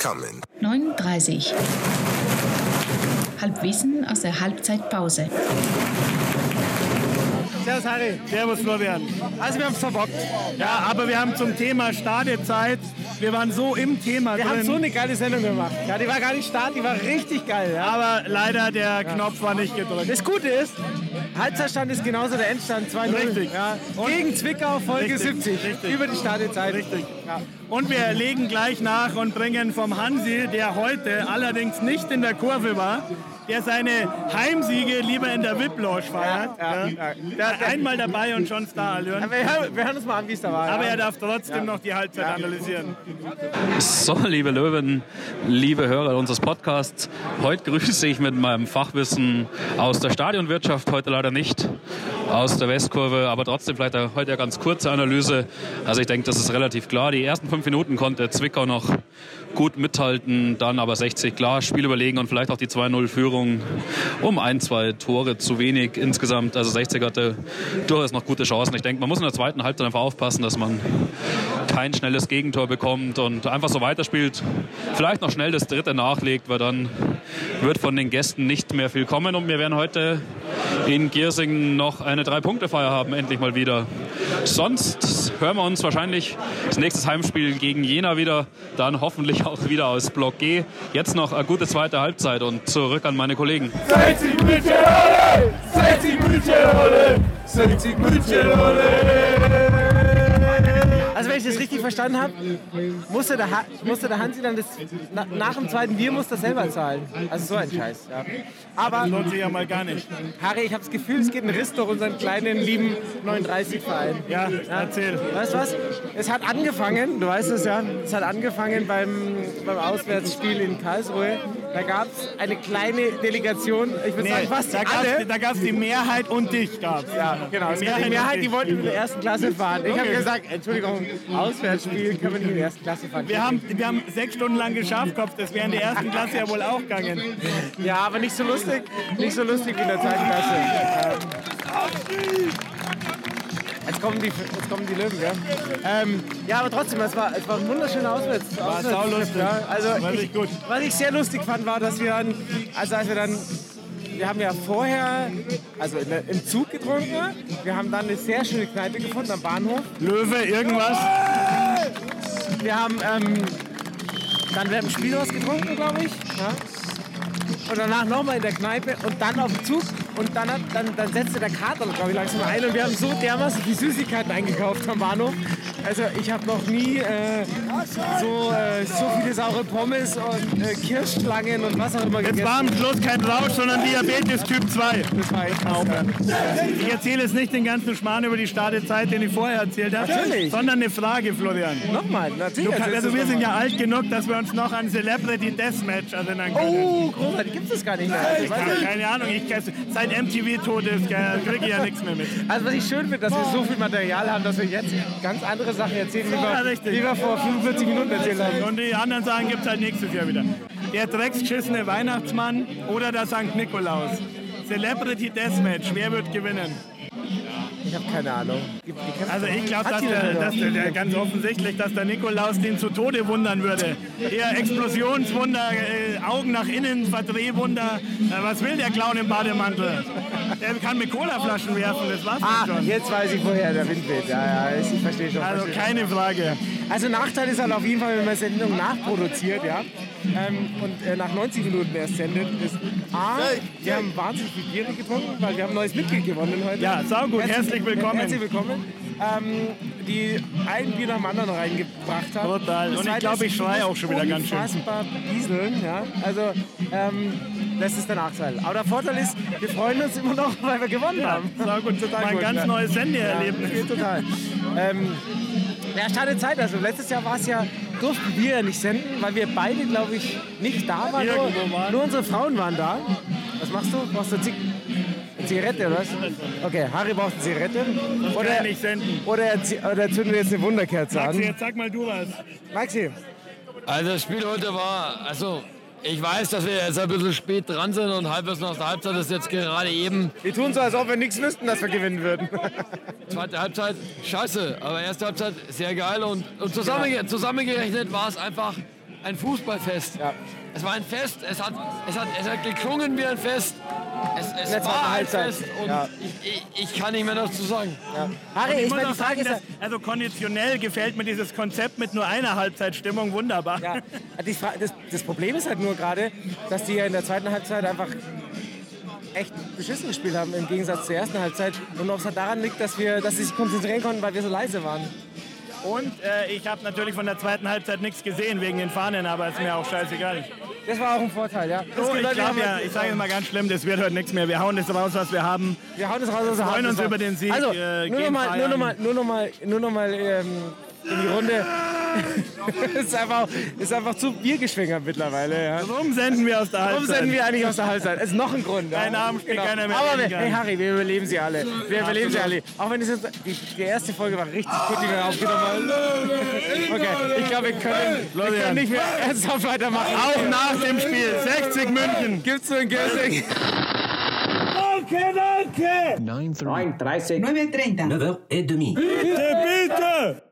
coming. 39. Halbwissen aus der Halbzeitpause. Servus Harry. Servus Florian. Also wir haben es verbockt. Ja, aber wir haben zum Thema Stadiezeit, wir waren so im Thema Wir drin. haben so eine geile Sendung gemacht. Ja, die war gar nicht stark, die war richtig geil. Ja. aber leider der Knopf war nicht gedrückt. Das Gute ist, Halbzeitstand ist genauso der Endstand 2 Richtig. Ja. Und- Gegen Zwickau Folge Richtig, 70. richtig. Über die Stadiezeit. Richtig. Ja. Und wir legen gleich nach und bringen vom Hansi, der heute allerdings nicht in der Kurve war, der seine Heimsiege lieber in der VIP-Lounge feiert. Ja, ja, ja. Der ist einmal dabei und schon Star hören. Aber Wir, hören, wir hören uns mal an, wie es da war. Aber ja. er darf trotzdem noch die Halbzeit analysieren. So, liebe Löwen, liebe Hörer unseres Podcasts, heute grüße ich mit meinem Fachwissen aus der Stadionwirtschaft, heute leider nicht aus der Westkurve, aber trotzdem vielleicht eine- heute eine ganz kurze Analyse. Also ich denke, das ist relativ klar. Die ersten fünf Minuten konnte Zwickau noch gut mithalten, dann aber 60 klar, Spiel überlegen und vielleicht auch die 2-0-Führung um ein, zwei Tore zu wenig insgesamt. Also 60 hatte durchaus noch gute Chancen. Ich denke, man muss in der zweiten Halbzeit einfach aufpassen, dass man kein schnelles Gegentor bekommt und einfach so weiterspielt, vielleicht noch schnell das dritte nachlegt, weil dann wird von den Gästen nicht mehr viel kommen und wir werden heute in Giersing noch eine Drei-Punkte-Feier haben, endlich mal wieder. Sonst hören wir uns wahrscheinlich das nächste Heimspiel gegen Jena wieder, dann hoffentlich auch wieder aus Block G. Jetzt noch eine gute zweite Halbzeit und zurück an meine Kollegen. 60 München, ole! 60 München, ole! 60 München, ole! Also wenn ich das richtig verstanden habe, musste der, ha musste der Hansi dann das na nach dem zweiten Bier musste er selber zahlen. Also so ein Scheiß. Ja. Aber Lohnt sich ja mal gar nicht. Harry, ich habe das Gefühl, es geht ein Riss durch unseren kleinen lieben 39 Verein. Ja, erzähl. Weißt du was? Es hat angefangen, du weißt es ja, es hat angefangen beim, beim Auswärtsspiel in Karlsruhe. Da gab es eine kleine Delegation, ich würde sagen fast da gab's- alle. da gab es die Mehrheit und dich. Gab's. Ja, genau. Es gab die Mehrheit, die wollten in der ersten Klasse fahren. Ich habe Okay. gesagt, Entschuldigung, Auswärtsspiel können wir nicht in der ersten Klasse fahren. Wir haben, wir haben sechs Stunden lang geschafft, das wäre in der ersten Klasse ja wohl auch gegangen. Ja, aber nicht so lustig. Nicht so lustig wie in der zweiten Klasse. Ähm, Jetzt kommen, die, jetzt kommen die Löwen, gell? Ähm, ja, aber trotzdem, es war, es war ein wunderschöner Auswärts. War saulustig. Ja, also War ich, richtig gut. Was ich sehr lustig fand, war, dass wir dann, also als wir dann, wir haben ja vorher, also in der, im Zug getrunken, wir haben dann eine sehr schöne Kneipe gefunden am Bahnhof. Löwe, irgendwas? Wir haben ähm, dann während dem Spiel was getrunken, glaube ich. Ja? Und danach nochmal in der Kneipe und dann auf dem Zug. Und dann, hat, dann, dann setzte der Kater, glaube ich, langsam ein. Und wir haben so dermaßen die Süßigkeiten eingekauft am Bahnhof. Also ich habe noch nie äh, so, äh, so viele saure Pommes und äh, Kirschschlangen und was auch immer Jetzt gegessen. war am Schluss kein Rausch, sondern Diabetes Typ 2. Das war echt krass, ja. Ich erzähle jetzt nicht den ganzen Schmarrn über die Stadezeit, den ich vorher erzählt habe, Natürlich. sondern eine Frage, Florian. Nochmal, Du natürlich. kannst, erzählst also wir du's sind nochmal. ja alt genug, dass wir uns noch an Celebrity Deathmatch erinnern können. Oh, großartig, gibt es gar nicht mehr. Ich weiß nicht. Keine Ahnung, ich kenn's- seit MTV tot ist, kriege ich ja nichts mehr mit. Also was ich schön finde, dass wir so viel Material haben, dass wir jetzt ganz andere Sachen erzählen, die wir, Ja, richtig. die wir vor 45 Minuten erzählt haben. Und die anderen Sachen gibt es halt nächstes Jahr wieder. Der drecksgeschissene Weihnachtsmann oder der St. Nikolaus. Celebrity Deathmatch, wer wird gewinnen? Ich habe keine Ahnung. Die- die kämpfen Also doch. ich glaube, Hat dass, die der, denn dass der, der ganz offensichtlich, dass der Nikolaus den zu Tode wundern würde. Eher Explosionswunder, äh, Augen nach innen, Verdrehwunder. Äh, was will der Clown im Bademantel? Der kann mit Colaflaschen werfen, das war's Ah, schon. jetzt weiß ich, woher der Wind weht. Ja, ja, ich ich verstehe schon. Also verstehe schon. keine Frage. also Nachteil ist halt auf jeden Fall, wenn man Sendung nachproduziert, ja. Ähm, und äh, nach 90 Minuten erst sendet, ist A, wir haben wahnsinnig viel Bier getrunken, weil wir haben ein neues Mitglied gewonnen heute. Ja, saugut, herzlich willkommen. Herzlich willkommen. Ähm, die ein Bier nach dem anderen reingebracht haben. Total. Und ich Zweitens, glaube, ich schreie auch schon wieder ganz schön. Unfassbar bieseln, ja. Also, ähm, das ist der Nachteil. Aber der Vorteil ist, wir freuen uns immer noch, weil wir gewonnen haben. Sag gut, Total mal ein gut, ganz ja. neues Sendeerlebnis. Ja, total. Ähm, ja, schade Zeit. Also letztes Jahr war es ja, durften wir ja nicht senden, weil wir beide, glaube ich, nicht da waren. Irgendwo Nur, waren. nur unsere Frauen waren da. Was machst du? Brauchst du Zig eine Zigarette oder was? Okay, Harry braucht eine Zigarette. Oder, kann ich senden. oder, er zie- oder zünden wir jetzt eine Wunderkerze Maxi, an. jetzt sag mal du was. Maxi, Also das Spiel heute war, also ich weiß, dass wir jetzt ein bisschen spät dran sind und halbwegs nach der Halbzeit ist jetzt gerade eben wir tun so, als ob wir nichts wüssten, dass wir gewinnen würden. zweite Halbzeit, scheiße, aber erste Halbzeit sehr geil und, und zusammenge zusammengerechnet war es einfach ein Fußballfest. Ja. Es war ein Fest, es hat, es hat, es hat geklungen wie ein Fest. Es, es Jetzt war war ein Halbzeit. Fest und Ja. ich, ich, ich kann nicht mehr dazu sagen. Ja. Harry, Ich ich muss meine, auch die Frage sagen, ist ja, dass, also konditionell gefällt mir dieses Konzept mit nur einer Halbzeitstimmung wunderbar. ja, die Fra das, das Problem ist halt nur gerade, dass die ja in der zweiten Halbzeit einfach echt beschissen gespielt haben im Gegensatz zur ersten Halbzeit und ob es halt daran liegt, dass wir, dass sie sich konzentrieren konnten, weil wir so leise waren. Und äh, ich habe natürlich von der zweiten Halbzeit nichts gesehen wegen den Fahnen, aber ist mir auch scheißegal. Das war auch ein Vorteil, ja. Es So, gibt ich Leute, die haben glaube ja, halt- ich sage jetzt mal ganz schlimm, das wird heute nichts mehr. Wir hauen das raus, was wir haben. Wir hauen das raus aus der freuen Hand, uns das war- über den Sieg, Also, äh, nur gegen nochmal, nur Bayern. nochmal, nur nochmal, nur nochmal ähm, in die Runde. ist, einfach, ist einfach zu Biergeschwängert mittlerweile, ja. Warum senden wir aus der Halbzeit? Warum senden wir eigentlich aus der Halbzeit? Ist noch ein Grund. Genau. Kein Abend spielt keiner mehr Aber wir, weniger. hey Harry, wir überleben sie alle. Wir überleben sie alle. Auch wenn es jetzt, die, die erste Folge war richtig gut, die wir aufgenommen haben. Okay, ich glaube, wir können, wir können Florian. nicht mehr ernsthaft weitermachen. Auch nach dem Spiel. 60 München. Gibt's so ein Gösing? 9.30 9h30. 9h30. 9h30. Bitte, bitte!